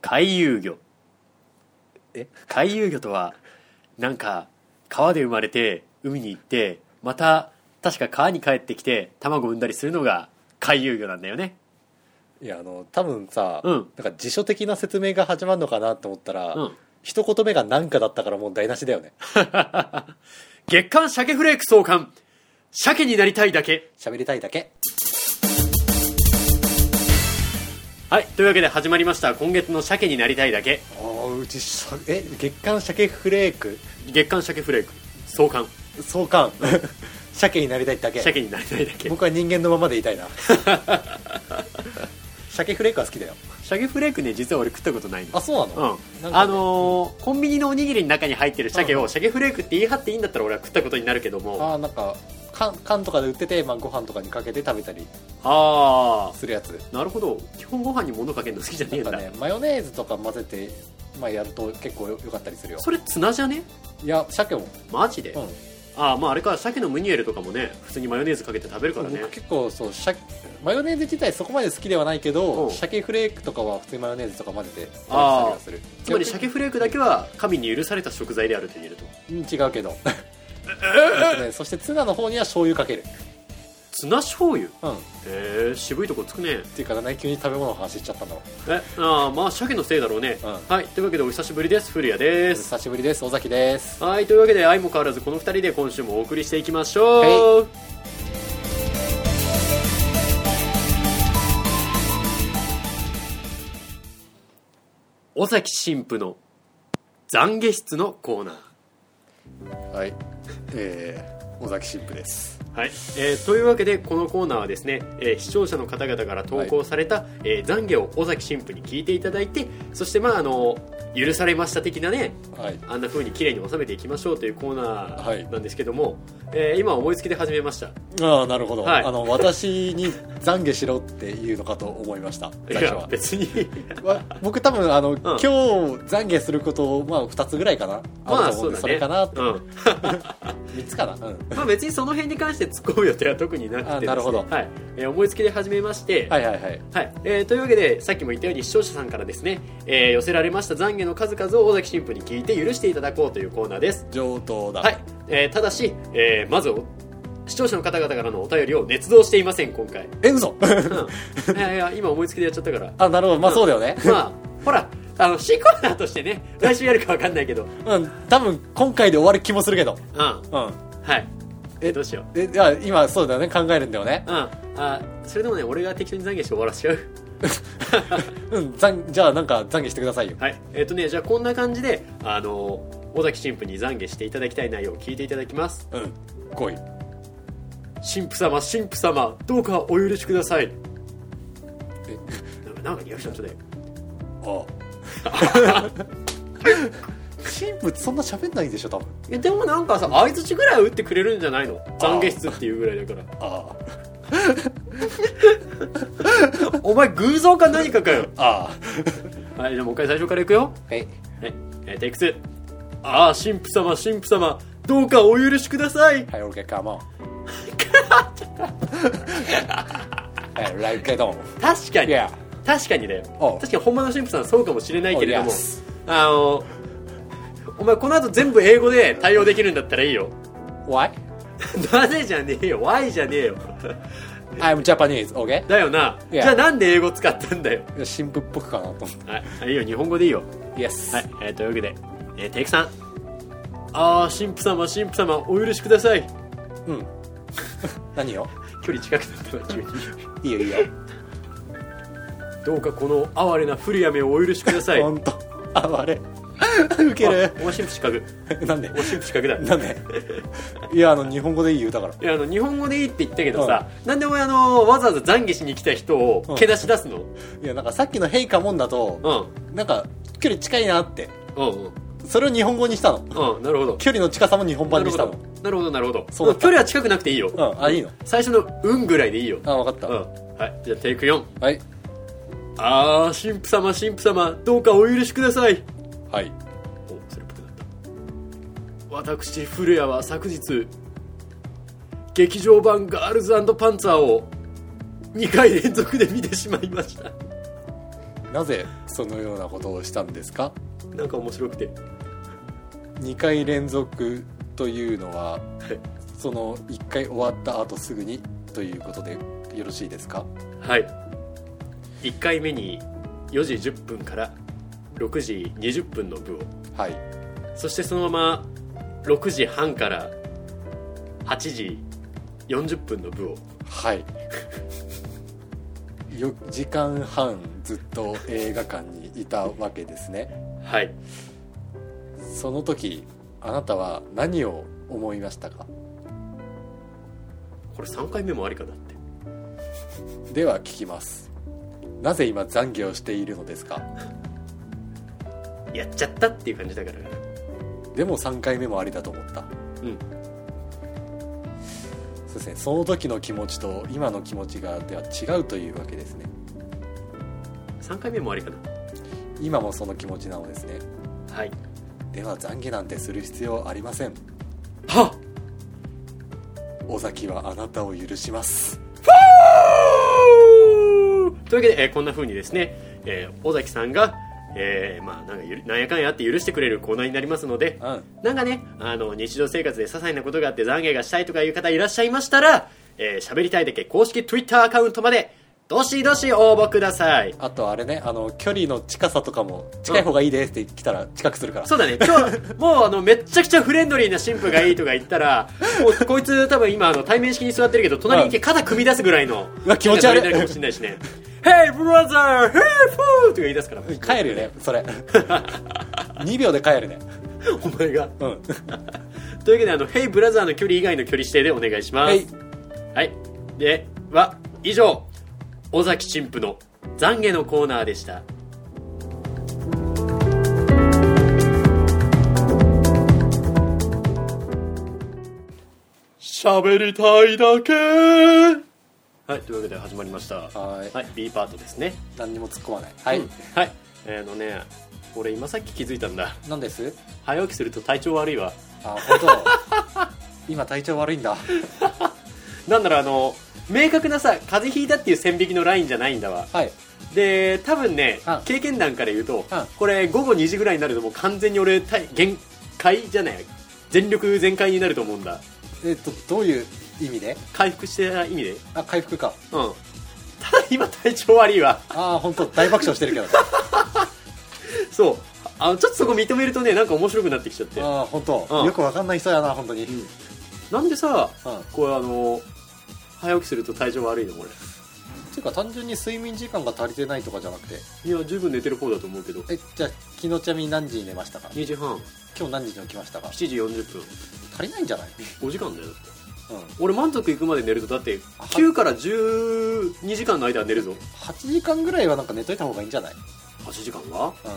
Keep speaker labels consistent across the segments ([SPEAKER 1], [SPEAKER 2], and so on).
[SPEAKER 1] 回遊魚
[SPEAKER 2] え
[SPEAKER 1] 回遊魚とはなんか川で生まれて海に行ってまた確か川に帰ってきて卵を産んだりするのが回遊魚なんだよね
[SPEAKER 2] いやあの多分さ、
[SPEAKER 1] うん
[SPEAKER 2] なんか辞書的な説明が始まるのかなと思ったら、
[SPEAKER 1] うん
[SPEAKER 2] 一言目が何かだったからもう台無しだよね
[SPEAKER 1] 月刊鮭フレーク創刊鮭になりたいだけ
[SPEAKER 2] 喋りたいだけ
[SPEAKER 1] はいというわけで始まりました今月の鮭になりたいだけ
[SPEAKER 2] ああうちさえ月刊鮭フレーク
[SPEAKER 1] 月刊鮭フレーク創刊
[SPEAKER 2] 創 刊鮭になりたいだけ
[SPEAKER 1] 鮭になりたいだけ
[SPEAKER 2] 僕は人間のままでいた いな鮭フレークは好きだよ
[SPEAKER 1] 鮭フレークね実は俺食ったことないの
[SPEAKER 2] あそうな
[SPEAKER 1] う
[SPEAKER 2] の、
[SPEAKER 1] ん、
[SPEAKER 2] なんかね
[SPEAKER 1] あのーコンビニのおにぎりの中に入ってる鮭を鮭フレークって言い張っていいんだったら俺は食ったことになるけども
[SPEAKER 2] あーなんか缶缶とかで売ってて、まあ、ご飯とかにかけて食べたり
[SPEAKER 1] あ
[SPEAKER 2] するやつ
[SPEAKER 1] あなるほど基本ご飯に物かけるの好きじゃねえん
[SPEAKER 2] な
[SPEAKER 1] だ
[SPEAKER 2] んかねマヨネーズとか混ぜて、まあ、やると結構よよかったりするよ
[SPEAKER 1] それツナじゃね
[SPEAKER 2] いや鮭も、
[SPEAKER 1] マジで、
[SPEAKER 2] うん
[SPEAKER 1] ああまああれか鮭のムニエルとかもね普通にマヨネーズかけて食べるからね
[SPEAKER 2] 僕結構そう鮭マヨネーズ自体そこまで好きではないけ
[SPEAKER 1] う
[SPEAKER 2] ど
[SPEAKER 1] ん
[SPEAKER 2] 鮭フレークとかは普通にマヨネーズとか混ぜて食べてたり
[SPEAKER 1] あー
[SPEAKER 2] はする
[SPEAKER 1] つまり鮭フレークだけは神に許された食材であると言えると
[SPEAKER 2] うん 違うけどえっとねそしてツナの方には醤油かける
[SPEAKER 1] ツナ醤油
[SPEAKER 2] うんっ
[SPEAKER 1] へえ渋いとこつくね
[SPEAKER 2] ていうかね急に食べ物の話しちゃったんだろ
[SPEAKER 1] えああまあ鮭のせいだろうね、
[SPEAKER 2] う
[SPEAKER 1] はいというわけでお久しぶりです古谷で
[SPEAKER 2] う
[SPEAKER 1] す
[SPEAKER 2] 久しぶりです尾崎です
[SPEAKER 1] はいというわけで相も変わらずこの2人で今週もお送りしていきましょう、尾崎神父の懺悔室のコーナー
[SPEAKER 2] はいえー、尾崎神父です
[SPEAKER 1] はいえーというわけでこのコーナーはですね、えー視聴者の方々から投稿された、えー懺悔を尾崎神父に聞いていただいてそしてまああの許されました的なね
[SPEAKER 2] はい
[SPEAKER 1] あんな風に綺麗に収めていきましょうというコーナ
[SPEAKER 2] はい
[SPEAKER 1] ーなんですけども、えー今思いつきで始めました
[SPEAKER 2] ああなるほど、
[SPEAKER 1] はい
[SPEAKER 2] あの私に懺悔しろっていうのかと思いました
[SPEAKER 1] い
[SPEAKER 2] 最初
[SPEAKER 1] や
[SPEAKER 2] は
[SPEAKER 1] 別に
[SPEAKER 2] わ僕多分あの、今日懺悔することまあ2つぐらいかな
[SPEAKER 1] ま
[SPEAKER 2] あ
[SPEAKER 1] あ
[SPEAKER 2] ると思
[SPEAKER 1] そ
[SPEAKER 2] う
[SPEAKER 1] うだ
[SPEAKER 2] んで
[SPEAKER 1] ね
[SPEAKER 2] それかな
[SPEAKER 1] う
[SPEAKER 2] と
[SPEAKER 1] ん
[SPEAKER 2] 3つかな、うん、
[SPEAKER 1] まあ、別にその辺に関して突っ込む予定は特になくてです、ね
[SPEAKER 2] あなるほど
[SPEAKER 1] はいえー思いつきで始めまして、
[SPEAKER 2] はいはいはい
[SPEAKER 1] はいえーというわけでさっきも言ったように視聴者さんからですね、えー寄せられました懺悔の数々を尾崎神父に聞いて許していただこうというコーナーです、
[SPEAKER 2] 上等だ
[SPEAKER 1] はいえーただし、えーまずお視聴者の方々からのお便りを捏造していません今回、
[SPEAKER 2] え嘘
[SPEAKER 1] うん、いやいや今思いつきでやっちゃったから
[SPEAKER 2] あなるほどまあそうだよね
[SPEAKER 1] まあほらあの新コーナーとしてね来週やるか分かんないけど
[SPEAKER 2] うん多分今回で終わる気もするけど
[SPEAKER 1] うんは
[SPEAKER 2] うん
[SPEAKER 1] い
[SPEAKER 2] え
[SPEAKER 1] どうしよう
[SPEAKER 2] えいや今そうだよね考えるんだよね
[SPEAKER 1] うんあそれでもね俺が適当に懺悔して終わらせちゃう
[SPEAKER 2] うん懺じゃあなんか懺悔してくださいよ
[SPEAKER 1] はいえっ、とねじゃあこんな感じであの尾崎神父に懺悔していただきたい内容を聞いていただきます
[SPEAKER 2] うん来い
[SPEAKER 1] 神父様神父様どうかお許しください
[SPEAKER 2] え
[SPEAKER 1] なんかなんかリアクションちょうだい
[SPEAKER 2] あ 神父そんな喋んないでしょ多分
[SPEAKER 1] えでもなんかさ相づちぐらい打ってくれるんじゃないの懺悔室っていうぐらいだから
[SPEAKER 2] あ
[SPEAKER 1] お前偶像か何かかよ
[SPEAKER 2] ああ
[SPEAKER 1] はいじゃあもう一回最初からいくよ
[SPEAKER 2] あはい
[SPEAKER 1] はい、えー、テイク2ああ神父様神父様どうかお許しください
[SPEAKER 2] はい、OK、カモン。 はい、ライブケドン。
[SPEAKER 1] 確かに
[SPEAKER 2] Yeah.
[SPEAKER 1] 確かにだよ
[SPEAKER 2] おう
[SPEAKER 1] 確かに本物の神父さんそうかもしれないけれども
[SPEAKER 2] Oh, yes.
[SPEAKER 1] あのお前この後全部英語で対応できるんだったらいいよ
[SPEAKER 2] Why?
[SPEAKER 1] なぜじゃねえよ Why じゃねえよ
[SPEAKER 2] I'm Japanese, OK?
[SPEAKER 1] だよな、
[SPEAKER 2] Yeah.
[SPEAKER 1] じゃあなんで英語使ったんだよ
[SPEAKER 2] 新聞っぽくかなと思っ
[SPEAKER 1] はいあいいよ日本語でいいよ
[SPEAKER 2] て。Yes.
[SPEAKER 1] はい、えー、というわけで、えー、テイク3ああ神父様神父様お許しください
[SPEAKER 2] うん。 何よ
[SPEAKER 1] 距離近くなったな急に
[SPEAKER 2] いいよいいよ。
[SPEAKER 1] どうかこの哀れな古やめをお許しくださ い
[SPEAKER 2] ほんと。あ、あれ。 ウケる
[SPEAKER 1] あ。お前神父失格
[SPEAKER 2] なんで
[SPEAKER 1] お前神父失格だ
[SPEAKER 2] なんで いや、あの、日本語でいい言うだから。
[SPEAKER 1] いやあの日本語でいいって言ったけどさ、なんでお前あのわざわざ懺悔しに来た人を
[SPEAKER 2] うん
[SPEAKER 1] け出し出すの
[SPEAKER 2] いや、なんかさっきのヘイカモンだ
[SPEAKER 1] う
[SPEAKER 2] と、
[SPEAKER 1] ん
[SPEAKER 2] なんか、距離近いなって。
[SPEAKER 1] うんうん
[SPEAKER 2] それを日本語にしたの。
[SPEAKER 1] うんなるほど
[SPEAKER 2] 距離の近さも日本
[SPEAKER 1] な
[SPEAKER 2] 版
[SPEAKER 1] る
[SPEAKER 2] に
[SPEAKER 1] ほ
[SPEAKER 2] した
[SPEAKER 1] ど
[SPEAKER 2] の。
[SPEAKER 1] なるほどなるほど
[SPEAKER 2] そうだ
[SPEAKER 1] 距離は近くなくていいよ、
[SPEAKER 2] うん、あ、いいの。
[SPEAKER 1] 最初の「うん」ぐらいでいいよ、
[SPEAKER 2] あ、わかった
[SPEAKER 1] うん。はいじゃあテイク4
[SPEAKER 2] はい。
[SPEAKER 1] あー神父様神父様どうかお許しください
[SPEAKER 2] はい。
[SPEAKER 1] おそれっぽくなった私古谷は昨日劇場版ガールズパンツァーを2回連続で見てしまいました
[SPEAKER 2] なぜそのようなことをしたんですか
[SPEAKER 1] なんか面白くて
[SPEAKER 2] 2回連続というのは、
[SPEAKER 1] い
[SPEAKER 2] その1回終わった後すぐにということでよろしいですか
[SPEAKER 1] はい1回目に4時10分から6時20分の部を
[SPEAKER 2] はい
[SPEAKER 1] そしてそのまま6時半から8時40分の部を
[SPEAKER 2] はい よ時間半ずっと映画館にいたわけですね
[SPEAKER 1] はい
[SPEAKER 2] その時あなたは何を思いましたか
[SPEAKER 1] これ3回目もありかなって
[SPEAKER 2] では聞きますなぜ今懺悔をしているのですか
[SPEAKER 1] やっちゃったっていう感じだからな
[SPEAKER 2] でも3回目もありだと思った
[SPEAKER 1] うん
[SPEAKER 2] そうですねその時の気持ちと今の気持ちがでは違うというわけですね
[SPEAKER 1] 3回目もありかな
[SPEAKER 2] 今もその気持ちなのですね
[SPEAKER 1] はい
[SPEAKER 2] では懺悔なんてする必要ありません
[SPEAKER 1] は
[SPEAKER 2] 尾崎はあなたを許します
[SPEAKER 1] っというわけで、えーこんな風にですね、えー尾崎さんが、えーまあなんかゆるなんやかんやあって許してくれるコーナーになりますので
[SPEAKER 2] うん
[SPEAKER 1] なんかねあの日常生活で些細なことがあって懺悔がしたいとかいう方いらっしゃいましたら「えー喋、りたいだけ」公式 Twitter アカウントまでどしどし応募ください
[SPEAKER 2] あとあれねあの距離の近さとかも近い方がいいですって来たら近くするから、
[SPEAKER 1] そうだね今 日もうあのめっちゃくちゃフレンドリーな神父がいいとか言ったらもうこいつ多分今あの対面式に座ってるけど隣にいて肩組み出すぐらいの
[SPEAKER 2] うわ気持ち悪い
[SPEAKER 1] なんかノリになるかもしれないしね「Hey brother! Hey fool!」とか言い出すから
[SPEAKER 2] 帰るよねそれ2秒で帰るね
[SPEAKER 1] お前が
[SPEAKER 2] う
[SPEAKER 1] とい
[SPEAKER 2] ん
[SPEAKER 1] うわけであの「Hey brother!」の距離以外の距離指定でお願いします、
[SPEAKER 2] はい
[SPEAKER 1] はい。では、以上、尾崎神父の懺悔のコーナーでした。喋りたいだけはい、というわけで始まりました。
[SPEAKER 2] はーい
[SPEAKER 1] はい、B パートですね。
[SPEAKER 2] 何にも突っ込まないはい、
[SPEAKER 1] うんはい。えーのね、俺今さっき気づいたんだ。
[SPEAKER 2] 何です
[SPEAKER 1] 早起きすると体調悪いわ。
[SPEAKER 2] あ本当今体調悪いんだ
[SPEAKER 1] なんならあの、明確なさ、風邪ひいたっていう線引きのラインじゃないんだわ。
[SPEAKER 2] はい
[SPEAKER 1] で多分ね
[SPEAKER 2] うん
[SPEAKER 1] 経験談から言うと
[SPEAKER 2] うん
[SPEAKER 1] これ午後2時ぐらいになるともう完全に俺た限界じゃない全力全開になると思うんだ
[SPEAKER 2] えっとどういう意味で
[SPEAKER 1] 回復した意味でうん
[SPEAKER 2] あ回復か
[SPEAKER 1] ただ今体調悪いわ
[SPEAKER 2] ああ本当大爆笑してるけど
[SPEAKER 1] そうあのちょっとそこ認めるとねなんか面白くなってきちゃって
[SPEAKER 2] ああ本当、
[SPEAKER 1] うん
[SPEAKER 2] よくわかんない人やな本当に、うん
[SPEAKER 1] なんでさ
[SPEAKER 2] っ
[SPEAKER 1] これあの早起きすると体調悪いの俺
[SPEAKER 2] ていうか単純に睡眠時間が足りてないとかじゃなくて
[SPEAKER 1] いや十分寝てる方だと思うけど
[SPEAKER 2] えじゃあ昨日ちなみに何時に寝ましたか
[SPEAKER 1] 2時半
[SPEAKER 2] 今日何時に起きましたか
[SPEAKER 1] 7時40分
[SPEAKER 2] 足りないんじゃない、
[SPEAKER 1] 5時間だよだって
[SPEAKER 2] うん、
[SPEAKER 1] 俺満足いくまで寝るとだって
[SPEAKER 2] あ
[SPEAKER 1] 9から12時間の間は寝るぞ
[SPEAKER 2] 8時間ぐらいはなんか寝といた方がいいんじゃない、うん
[SPEAKER 1] 8時間は
[SPEAKER 2] まあ、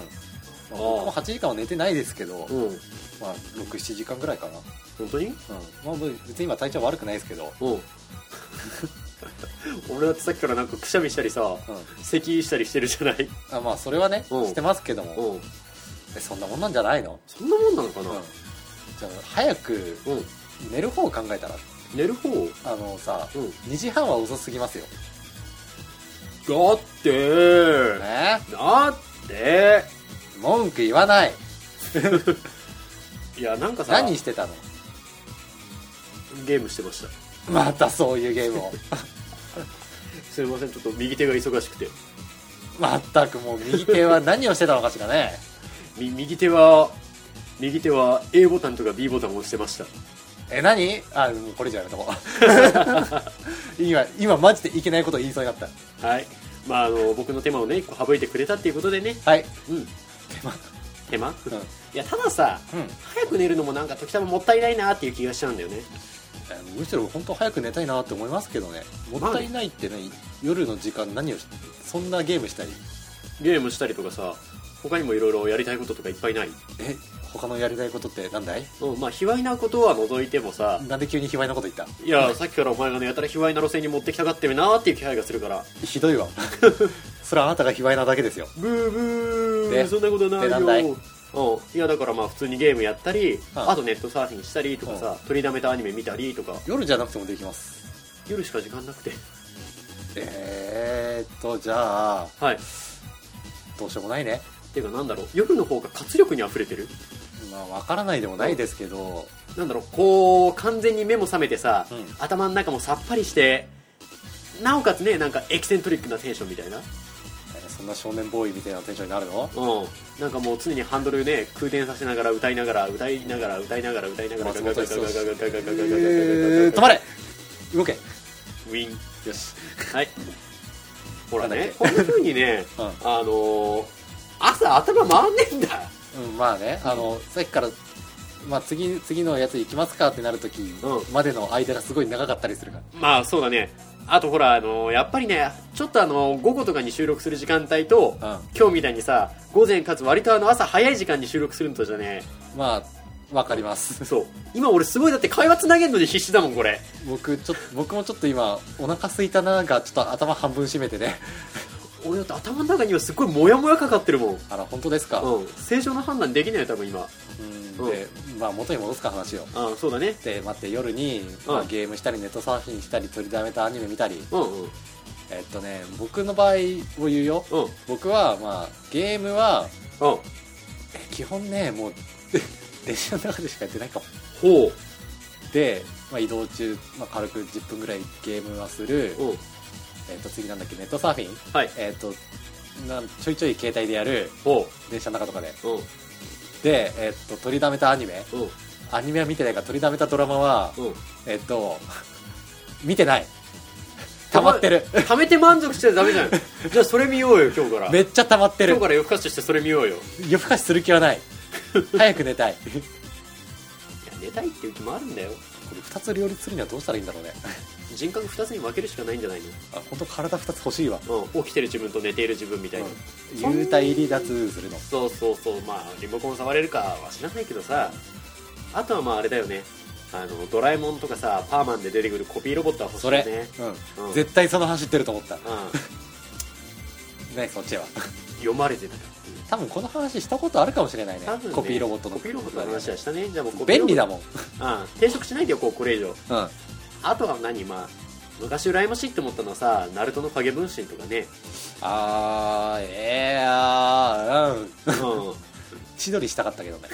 [SPEAKER 1] あー
[SPEAKER 2] 僕も8時間は寝てないですけど、
[SPEAKER 1] うん
[SPEAKER 2] まあ、67時間ぐらいかな、うん
[SPEAKER 1] 本当に
[SPEAKER 2] まあ、別に今体調悪くないですけど、
[SPEAKER 1] うん 俺だってさっきからなんかくしゃみしたりさ
[SPEAKER 2] うん、
[SPEAKER 1] 咳したりしてるじゃない
[SPEAKER 2] あまあそれはね、
[SPEAKER 1] うん
[SPEAKER 2] してますけども、
[SPEAKER 1] ん
[SPEAKER 2] えそんなもんなんじゃないの、
[SPEAKER 1] そんなもんなのか
[SPEAKER 2] う、
[SPEAKER 1] なん
[SPEAKER 2] じゃあ早く
[SPEAKER 1] うん、
[SPEAKER 2] 寝る方を考えたら
[SPEAKER 1] 寝る方うん
[SPEAKER 2] あのさ2時半は遅すぎますよ
[SPEAKER 1] だって
[SPEAKER 2] ね
[SPEAKER 1] だって
[SPEAKER 2] 文句言わない
[SPEAKER 1] いやなんかさ
[SPEAKER 2] 何してたの
[SPEAKER 1] ゲームしてました
[SPEAKER 2] またそういうゲー ムを
[SPEAKER 1] すいませんちょっと右手が忙しくて
[SPEAKER 2] まったくもう右手は何をしてたのかしらね
[SPEAKER 1] み右手は右手は A ボタンとか B ボタンを押してました
[SPEAKER 2] え何あもうこれじゃやめとこう今今マジでいけないこと言いそうになった
[SPEAKER 1] はいまああの僕の手間をね一個省いてくれたっていうことでね
[SPEAKER 2] はい
[SPEAKER 1] うん
[SPEAKER 2] 手間
[SPEAKER 1] 手間、
[SPEAKER 2] うん、
[SPEAKER 1] いやたださ
[SPEAKER 2] うん
[SPEAKER 1] 早く寝るのもなんか時たまもったいないなっていう気がしちゃうんだよね
[SPEAKER 2] え、むしろ本当早く寝たいなって思いますけどねもったいないってね夜の時間何をしそんなゲームしたり
[SPEAKER 1] ゲームしたりとかさ他にもいろいろやりたいこととかいっぱいない、
[SPEAKER 2] え他のやりたいことってなんだい
[SPEAKER 1] うん、まあ卑猥なことは除いてもさ
[SPEAKER 2] なんで急に卑猥なこと言った
[SPEAKER 1] いやさっきからお前がねやたら卑猥な路線に持ってきたがってるなーっていう気配がするから
[SPEAKER 2] ひどいわそれはあなたが卑猥なだけですよ
[SPEAKER 1] ブーブー
[SPEAKER 2] で
[SPEAKER 1] そんなことない
[SPEAKER 2] でなんだい
[SPEAKER 1] ようん、いやだからまあ普通にゲームやったり、
[SPEAKER 2] うん
[SPEAKER 1] あとネットサーフィンしたりとかさ、取りだめたアニメ見たりとか
[SPEAKER 2] 夜じゃなくてもできます
[SPEAKER 1] 夜しか時間なくて
[SPEAKER 2] えーっとじゃあ
[SPEAKER 1] はい
[SPEAKER 2] どうしようもないね
[SPEAKER 1] ていうかなんだろう夜の方が活力にあふれてる
[SPEAKER 2] まあ分からないでもないですけど、
[SPEAKER 1] なんだろうこう完全に目も覚めてさ、
[SPEAKER 2] うん
[SPEAKER 1] 頭の中もさっぱりしてなおかつねなんかエキセントリックなテンションみたいな
[SPEAKER 2] えーそんな少年ボーイみたいなテンションになるの
[SPEAKER 1] うん、なんかもう常にハンドルね空転させながら歌いながら歌いながら歌いながら歌いながら
[SPEAKER 2] 松本人志え
[SPEAKER 1] 止
[SPEAKER 2] ー止まれ動け
[SPEAKER 1] ウィン
[SPEAKER 2] よし
[SPEAKER 1] はいほらねこんな風にね
[SPEAKER 2] うん
[SPEAKER 1] あの朝頭回んねえんだ
[SPEAKER 2] うん、まあね、あの、さっきから、まあ、次、次のやつ行きますかってなるとき
[SPEAKER 1] う
[SPEAKER 2] までの間がすごい長かったりするから。
[SPEAKER 1] まあそうだねあとほらあのやっぱりねちょっとあの午後とかに収録する時間帯と
[SPEAKER 2] うん
[SPEAKER 1] 今日みたいにさ午前かつ割とあの朝早い時間に収録するのとじゃね
[SPEAKER 2] まあ、わかります。
[SPEAKER 1] そう今俺すごいだって会話つなげるのに必死だもんこれ
[SPEAKER 2] 僕、ちょっと、僕もちょっと今、お腹すいたなが、ちょっと頭半分締めてね。
[SPEAKER 1] 俺だって頭の中にはすごいモヤモヤかかってるもん
[SPEAKER 2] あら、本当ですか
[SPEAKER 1] うん、正常な判断できないよ多分今
[SPEAKER 2] うん
[SPEAKER 1] うん
[SPEAKER 2] で、まあ、元に戻すか話を。
[SPEAKER 1] あそうだね
[SPEAKER 2] で、待って、夜に、まあ、
[SPEAKER 1] うん
[SPEAKER 2] ゲームしたり、ネットサーフィンしたり、取りだめたアニメ見たり。
[SPEAKER 1] うんうんうん
[SPEAKER 2] えっとね、僕の場合を言うよ。
[SPEAKER 1] うん
[SPEAKER 2] 僕は、まあ、ゲームは、え基本ね、もう、 電車の中でしかやってないかも。
[SPEAKER 1] ほ
[SPEAKER 2] で、まあ、移動中、まあ、軽く10分ぐらいゲームはする
[SPEAKER 1] う、うん
[SPEAKER 2] えっと次なんだっけネットサーフィン、
[SPEAKER 1] はい
[SPEAKER 2] えっとなんちょいちょい携帯でやる
[SPEAKER 1] ほ
[SPEAKER 2] 電車の中とかで
[SPEAKER 1] ううん
[SPEAKER 2] で、えっと取りだめたアニメ
[SPEAKER 1] うん
[SPEAKER 2] アニメは見てないから取りだめたドラマは、
[SPEAKER 1] うん
[SPEAKER 2] えっと 見てない溜まってる
[SPEAKER 1] 貯めて満足しちゃダメじ ゃんじゃあそれ見ようよ今日から
[SPEAKER 2] めっちゃ溜まって
[SPEAKER 1] 今
[SPEAKER 2] る
[SPEAKER 1] 日から夜更かししてそれ見ようよい
[SPEAKER 2] 夜更かしする気は ない早く寝 たい
[SPEAKER 1] や寝たいっていう気もあるんだよ
[SPEAKER 2] これ2つ両立するにはどうしたらいいんだろうね
[SPEAKER 1] 人格2つに分けるしかないんじゃない
[SPEAKER 2] あ本当体2つ欲しいわ、
[SPEAKER 1] の、うん、起きてる自分と寝ている自分みたいな、そん
[SPEAKER 2] 幽体離脱するの
[SPEAKER 1] そうそうそうまあリモコン触れるかは知らないけどさあとはまああれだよねあのドラえもんとかさパーマンで出てくるコピーロボットは欲しい
[SPEAKER 2] そ
[SPEAKER 1] よ
[SPEAKER 2] れ、
[SPEAKER 1] ね
[SPEAKER 2] うん
[SPEAKER 1] うん
[SPEAKER 2] 絶対その走ってると思った
[SPEAKER 1] うん
[SPEAKER 2] ねそっちは
[SPEAKER 1] 読まれてたか
[SPEAKER 2] 多分この話したことあるかもしれないね
[SPEAKER 1] ら多分ね
[SPEAKER 2] コピーロボットの
[SPEAKER 1] コピーロボットの話はしたねじゃあもうコピー
[SPEAKER 2] 便利だ
[SPEAKER 1] も
[SPEAKER 2] もん、
[SPEAKER 1] ん、うん、転職しないでよこうこれ以上
[SPEAKER 2] うん、
[SPEAKER 1] あとは何まあ昔羨ましいって思ったのはさナルトの影分身とか ね、
[SPEAKER 2] あーええー、あーうん
[SPEAKER 1] うん、っ
[SPEAKER 2] 千鳥したかったけ どね、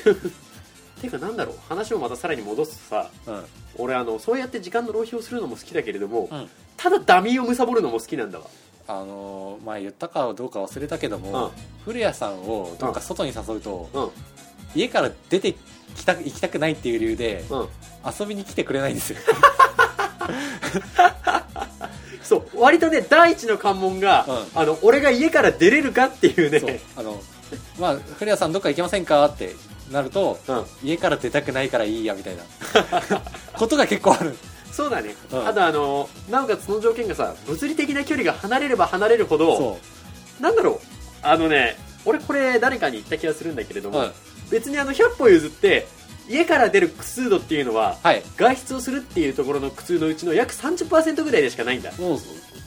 [SPEAKER 1] ていうかなんだろう話をまたさらに戻すとさ
[SPEAKER 2] うんうん、
[SPEAKER 1] 俺あのそうやって時間の浪費をするのも好きだけれども、
[SPEAKER 2] あ
[SPEAKER 1] ただダミーを貪るのも好きなんだわ
[SPEAKER 2] のー、前言ったかどうか忘れたけども、
[SPEAKER 1] うん
[SPEAKER 2] 古谷さんをどっか外に誘うと、
[SPEAKER 1] うん
[SPEAKER 2] 家から出てきた行きたくないっていう理由で、
[SPEAKER 1] うん
[SPEAKER 2] 遊びに来てくれないんですよ
[SPEAKER 1] そう割とね第一の関門が、
[SPEAKER 2] う
[SPEAKER 1] あの俺が家から出れるかっていう
[SPEAKER 2] そう
[SPEAKER 1] ね
[SPEAKER 2] あのまあ古谷さんどっか行けませんかってなると
[SPEAKER 1] う、ん、
[SPEAKER 2] 家から出たくないからいいやみたいな ことが結構ある
[SPEAKER 1] そうだね、
[SPEAKER 2] うん
[SPEAKER 1] あとあのなおかつその条件がさ物理的な距離が離れれば離れるほど
[SPEAKER 2] そ
[SPEAKER 1] なんだろうあのね俺これ誰かに言った気がするんだけれど
[SPEAKER 2] う、
[SPEAKER 1] も、
[SPEAKER 2] うん、
[SPEAKER 1] 別にあの100歩譲って家から出る苦痛度っていうのは
[SPEAKER 2] はい
[SPEAKER 1] 外出をするっていうところの苦痛のうちの約30%ぐらいでしかないんだ
[SPEAKER 2] もう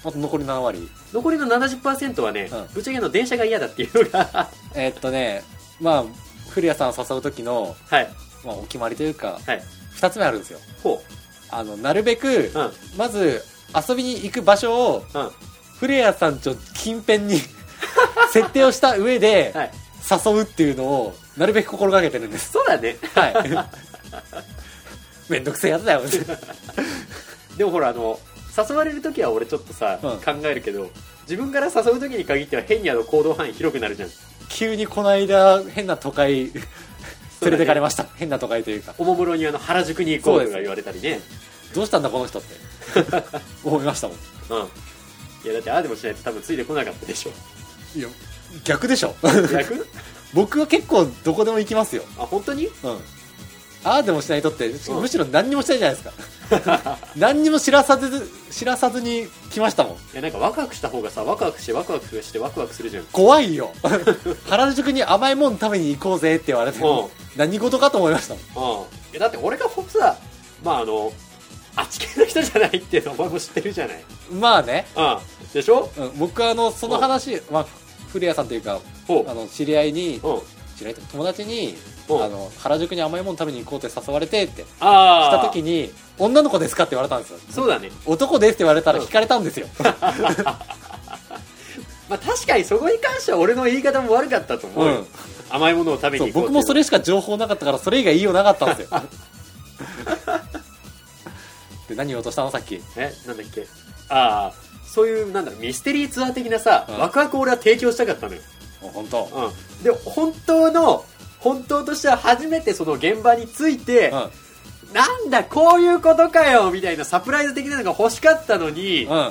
[SPEAKER 2] あと残り7割
[SPEAKER 1] 残りの70%はね、
[SPEAKER 2] うん
[SPEAKER 1] ぶっちゃけの電車が嫌だっていうのが
[SPEAKER 2] えーっとねまあ古谷さんを誘う時の、
[SPEAKER 1] はい
[SPEAKER 2] まあ、お決まりというか
[SPEAKER 1] はい
[SPEAKER 2] 2つ目あるんですよ
[SPEAKER 1] ほ
[SPEAKER 2] あのなるべく
[SPEAKER 1] ううん
[SPEAKER 2] まず遊びに行く場所を
[SPEAKER 1] うん
[SPEAKER 2] 古谷さんと近辺に 設定をした上で
[SPEAKER 1] はい
[SPEAKER 2] 誘うっていうのをなるべく心がけてるんです
[SPEAKER 1] そうだね
[SPEAKER 2] はいめんどくせえやつだよ
[SPEAKER 1] でもほらあの誘われる時は俺ちょっとさ、
[SPEAKER 2] うん
[SPEAKER 1] 考えるけど自分から誘う時に限っては変にあの行動範囲広くなるじゃん
[SPEAKER 2] 急にこの間変な都 会連れてかれました変な都会というか
[SPEAKER 1] おもむろにあの原宿に行こう
[SPEAKER 2] そ
[SPEAKER 1] と
[SPEAKER 2] うです
[SPEAKER 1] か言われたりね
[SPEAKER 2] どうしたんだこの人って 思いましたもん
[SPEAKER 1] うんいやだってああでもしないと多分ついてこなかった でしょ
[SPEAKER 2] いや逆でし ょ
[SPEAKER 1] 逆
[SPEAKER 2] 僕は結構どこでも行きますよ
[SPEAKER 1] あ本当に
[SPEAKER 2] うんああでもしないとって
[SPEAKER 1] うん
[SPEAKER 2] むしろ何にもしないじゃないですか 何にも知らさず知らさずに来ましたもん
[SPEAKER 1] いやなんかワクワクした方がさワクワクしてワクワクしてワクワクするじゃん
[SPEAKER 2] 怖い よ原宿に甘いもん食べに行こうぜって言われて
[SPEAKER 1] うん
[SPEAKER 2] 何事かと思いましたもん
[SPEAKER 1] うん、だって俺がほんとさまああのあっち系の人じゃないっていうのお前も知ってるじゃない、
[SPEAKER 2] まあね、
[SPEAKER 1] うん、でしょ
[SPEAKER 2] うん、僕はあのその話、まあ、古谷さんというか
[SPEAKER 1] ほう
[SPEAKER 2] あの知り合いに
[SPEAKER 1] うん
[SPEAKER 2] 知り合いというか友達に
[SPEAKER 1] うん
[SPEAKER 2] あの原宿に甘いもん食べに行こうって誘われてってし
[SPEAKER 1] あ
[SPEAKER 2] た
[SPEAKER 1] あ
[SPEAKER 2] 時に女の子ですかって言われたんですよ
[SPEAKER 1] そうだね
[SPEAKER 2] 男ですって言われたら
[SPEAKER 1] うん
[SPEAKER 2] 引かれたんですよ、
[SPEAKER 1] まあ、確かにそこに関しては俺の言い方も悪かったと思うよ、
[SPEAKER 2] うん
[SPEAKER 1] 甘いものを食べ
[SPEAKER 2] そ
[SPEAKER 1] に
[SPEAKER 2] う
[SPEAKER 1] 行こう
[SPEAKER 2] 僕もそ
[SPEAKER 1] れ
[SPEAKER 2] れしか情報なかったからそれ以外言いようなかったんですよ で何言おうとしたのさっき
[SPEAKER 1] えなんだっけああそういうなんだミステリーツアー的なさ、
[SPEAKER 2] うん
[SPEAKER 1] ワクワクを俺は提供したかったのよ、
[SPEAKER 2] もう本当
[SPEAKER 1] うん、で本当の本当としては初めてその現場について、
[SPEAKER 2] う
[SPEAKER 1] なんだこういうことかよみたいなサプライズ的なのが欲しかったのに、
[SPEAKER 2] ん、うん、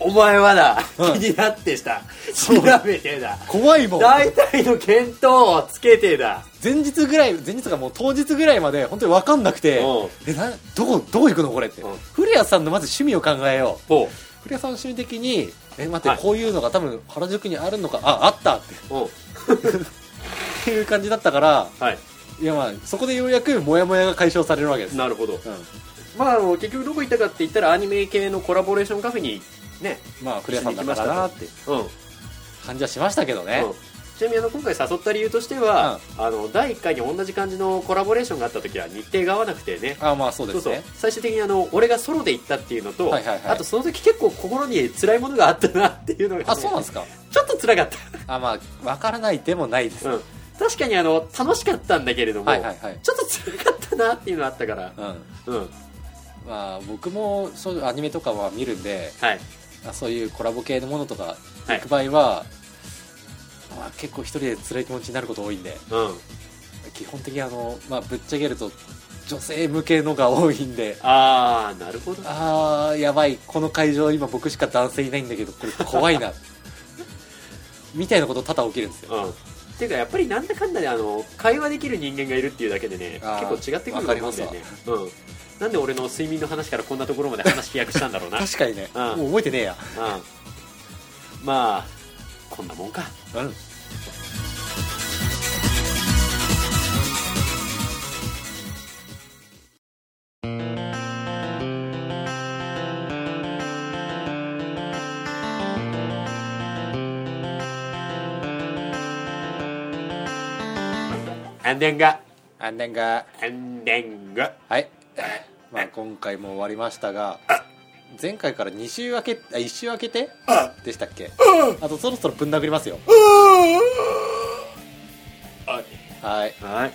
[SPEAKER 1] お前はだ、
[SPEAKER 2] うん
[SPEAKER 1] 気になってした
[SPEAKER 2] そう
[SPEAKER 1] 調べてだ
[SPEAKER 2] 怖いもん
[SPEAKER 1] 大体の見当をつけてだ
[SPEAKER 2] 前日ぐらい前日がもう当日ぐらいまで本当に分かんなくて
[SPEAKER 1] うん
[SPEAKER 2] えなどこどこ行くのこれって
[SPEAKER 1] うん
[SPEAKER 2] 古谷さんのまず趣味を考えよう
[SPEAKER 1] ほ
[SPEAKER 2] 古谷さんの趣味的にえ待って、
[SPEAKER 1] はい
[SPEAKER 2] こういうのが多分原宿にあるのかああったって
[SPEAKER 1] う、うん、
[SPEAKER 2] っていう感じだったから
[SPEAKER 1] はい
[SPEAKER 2] いやまあそこでようやくモヤモヤが解消されるわけです、
[SPEAKER 1] なるほど
[SPEAKER 2] うん、
[SPEAKER 1] まああの結局どこ行ったかって言ったらアニメ系のコラボレーションカフェにね
[SPEAKER 2] まあ古谷さんだからなって
[SPEAKER 1] うん、うん、
[SPEAKER 2] 感じはしましたけどね、
[SPEAKER 1] ちなみにあの今回誘った理由としては、あの第1回に同じ感じのコラボレーションがあった時は日程が合わなくてね
[SPEAKER 2] あまあそうで
[SPEAKER 1] そう
[SPEAKER 2] す
[SPEAKER 1] そう
[SPEAKER 2] ね
[SPEAKER 1] 最終的にあの俺がソロで行ったっていうのと、
[SPEAKER 2] はいはいはい
[SPEAKER 1] あとその時結構心に辛いものがあったなっていうのが、ね、
[SPEAKER 2] あそうなんですか
[SPEAKER 1] ちょっと辛かっ
[SPEAKER 2] あまあ分からないでもないです、
[SPEAKER 1] た、うん、確かにあの楽しかったんだけれども、
[SPEAKER 2] はいはいはい
[SPEAKER 1] ちょっと辛かったなっていうのあったから
[SPEAKER 2] うん
[SPEAKER 1] うん
[SPEAKER 2] まあ僕もそうアニメとかは見るんで
[SPEAKER 1] はい
[SPEAKER 2] あそういうコラボ系のものとか
[SPEAKER 1] はい
[SPEAKER 2] 行く場合は、まあ、結構一人で辛い気持ちになること多いんで
[SPEAKER 1] うん
[SPEAKER 2] 基本的にあの、まあ、ぶっちゃけると女性向けのが多いんで
[SPEAKER 1] ああなるほど
[SPEAKER 2] あーやばいこの会場今僕しか男性いないんだけどこれ怖いな みたいなこと多々起きるんですよ
[SPEAKER 1] うんっていうかやっぱりなんだかんだであの会話できる人間がいるっていうだけでね
[SPEAKER 2] あー
[SPEAKER 1] 結構違ってくると思うんだよねうんなんで俺の睡眠の話からこんなところまで話飛躍したんだろうな、うん、
[SPEAKER 2] 確かにね
[SPEAKER 1] うん
[SPEAKER 2] もう覚えてねえや
[SPEAKER 1] まあこんなもんか
[SPEAKER 2] うん
[SPEAKER 1] エンディングエ
[SPEAKER 2] あんなんが
[SPEAKER 1] ンディング
[SPEAKER 2] はい、まあ、今回も終わりましたが前回から2週明けあ1週明けてでしたっけあとそろそろぶん殴りますよ
[SPEAKER 1] はい
[SPEAKER 2] はい、
[SPEAKER 1] はい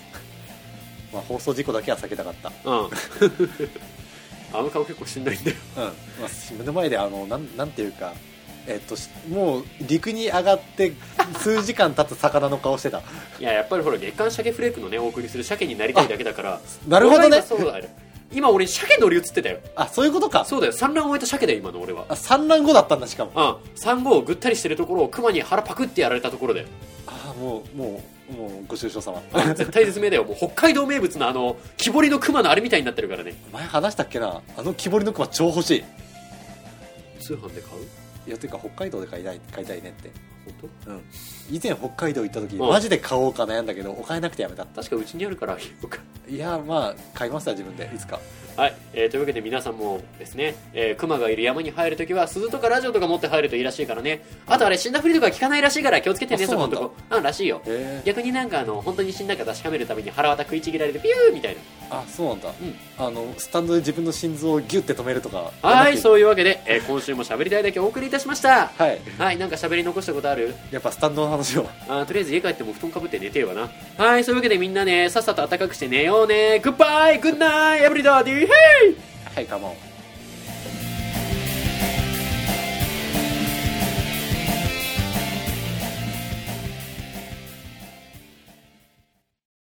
[SPEAKER 2] まあ、放送事故だけは避けたかった
[SPEAKER 1] うんあの顔結構しんどいんだよ
[SPEAKER 2] うん、まあ、目の前であのなんなんていうかえっとしもう陸に上がって数時間経った魚の顔してた
[SPEAKER 1] いややっぱりほら月刊鮭フレークのねお送りする鮭になりたいだけだから
[SPEAKER 2] なるほど
[SPEAKER 1] 俺は
[SPEAKER 2] ね
[SPEAKER 1] 今そうだよ今俺鮭乗り移ってたよ
[SPEAKER 2] あそういうことか
[SPEAKER 1] そうだよ産卵を終えた鮭だよ今の俺は
[SPEAKER 2] あ産卵後だったんだしかも
[SPEAKER 1] うん産後をぐったりしてるところを熊に腹パクってやられたところで
[SPEAKER 2] あもうもうもうご愁傷様
[SPEAKER 1] 絶対絶命だよもう北海道名物のあの木彫りの熊のあれみたいになってるからね
[SPEAKER 2] 前話したっけなあの木彫りの熊超欲しい
[SPEAKER 1] 通販で買う
[SPEAKER 2] いやていうか北海道で買いたい買いたいねって
[SPEAKER 1] 本
[SPEAKER 2] うん以前北海道行った時
[SPEAKER 1] うん
[SPEAKER 2] マジで買おうか悩んだけどお金なくてやめた
[SPEAKER 1] 当確かうちにあるから 言おうか
[SPEAKER 2] いやまあ買いました自分でいつか
[SPEAKER 1] はい、えーというわけで皆さんもですね、えー、熊がいる山に入るときは鈴とかラジオとか持って入るといいらしいからねあとあれ死んだふりとか聞かないらしいから気をつけてね
[SPEAKER 2] あそうなんだ
[SPEAKER 1] このとこうんらしいよ
[SPEAKER 2] へえ
[SPEAKER 1] 逆になんかあの本当に死んだか確かめるために腹渡食いちぎられてピューみたいな
[SPEAKER 2] あそうなんだ、
[SPEAKER 1] ん
[SPEAKER 2] あのスタンドで自分の心臓をギュッて止めるとか
[SPEAKER 1] はい
[SPEAKER 2] う
[SPEAKER 1] そういうわけで、えー今週も喋りたいだけお送りいたしました
[SPEAKER 2] はい
[SPEAKER 1] はいなんか喋り残したことある
[SPEAKER 2] やっぱスタンドの話を
[SPEAKER 1] あーとりあえず家帰っても布団かぶって寝てえわなはいそういうわけでみんなねさっさと暖かくして寝ようねグッバイグッナイエブリダーディーヘイ
[SPEAKER 2] はいカモン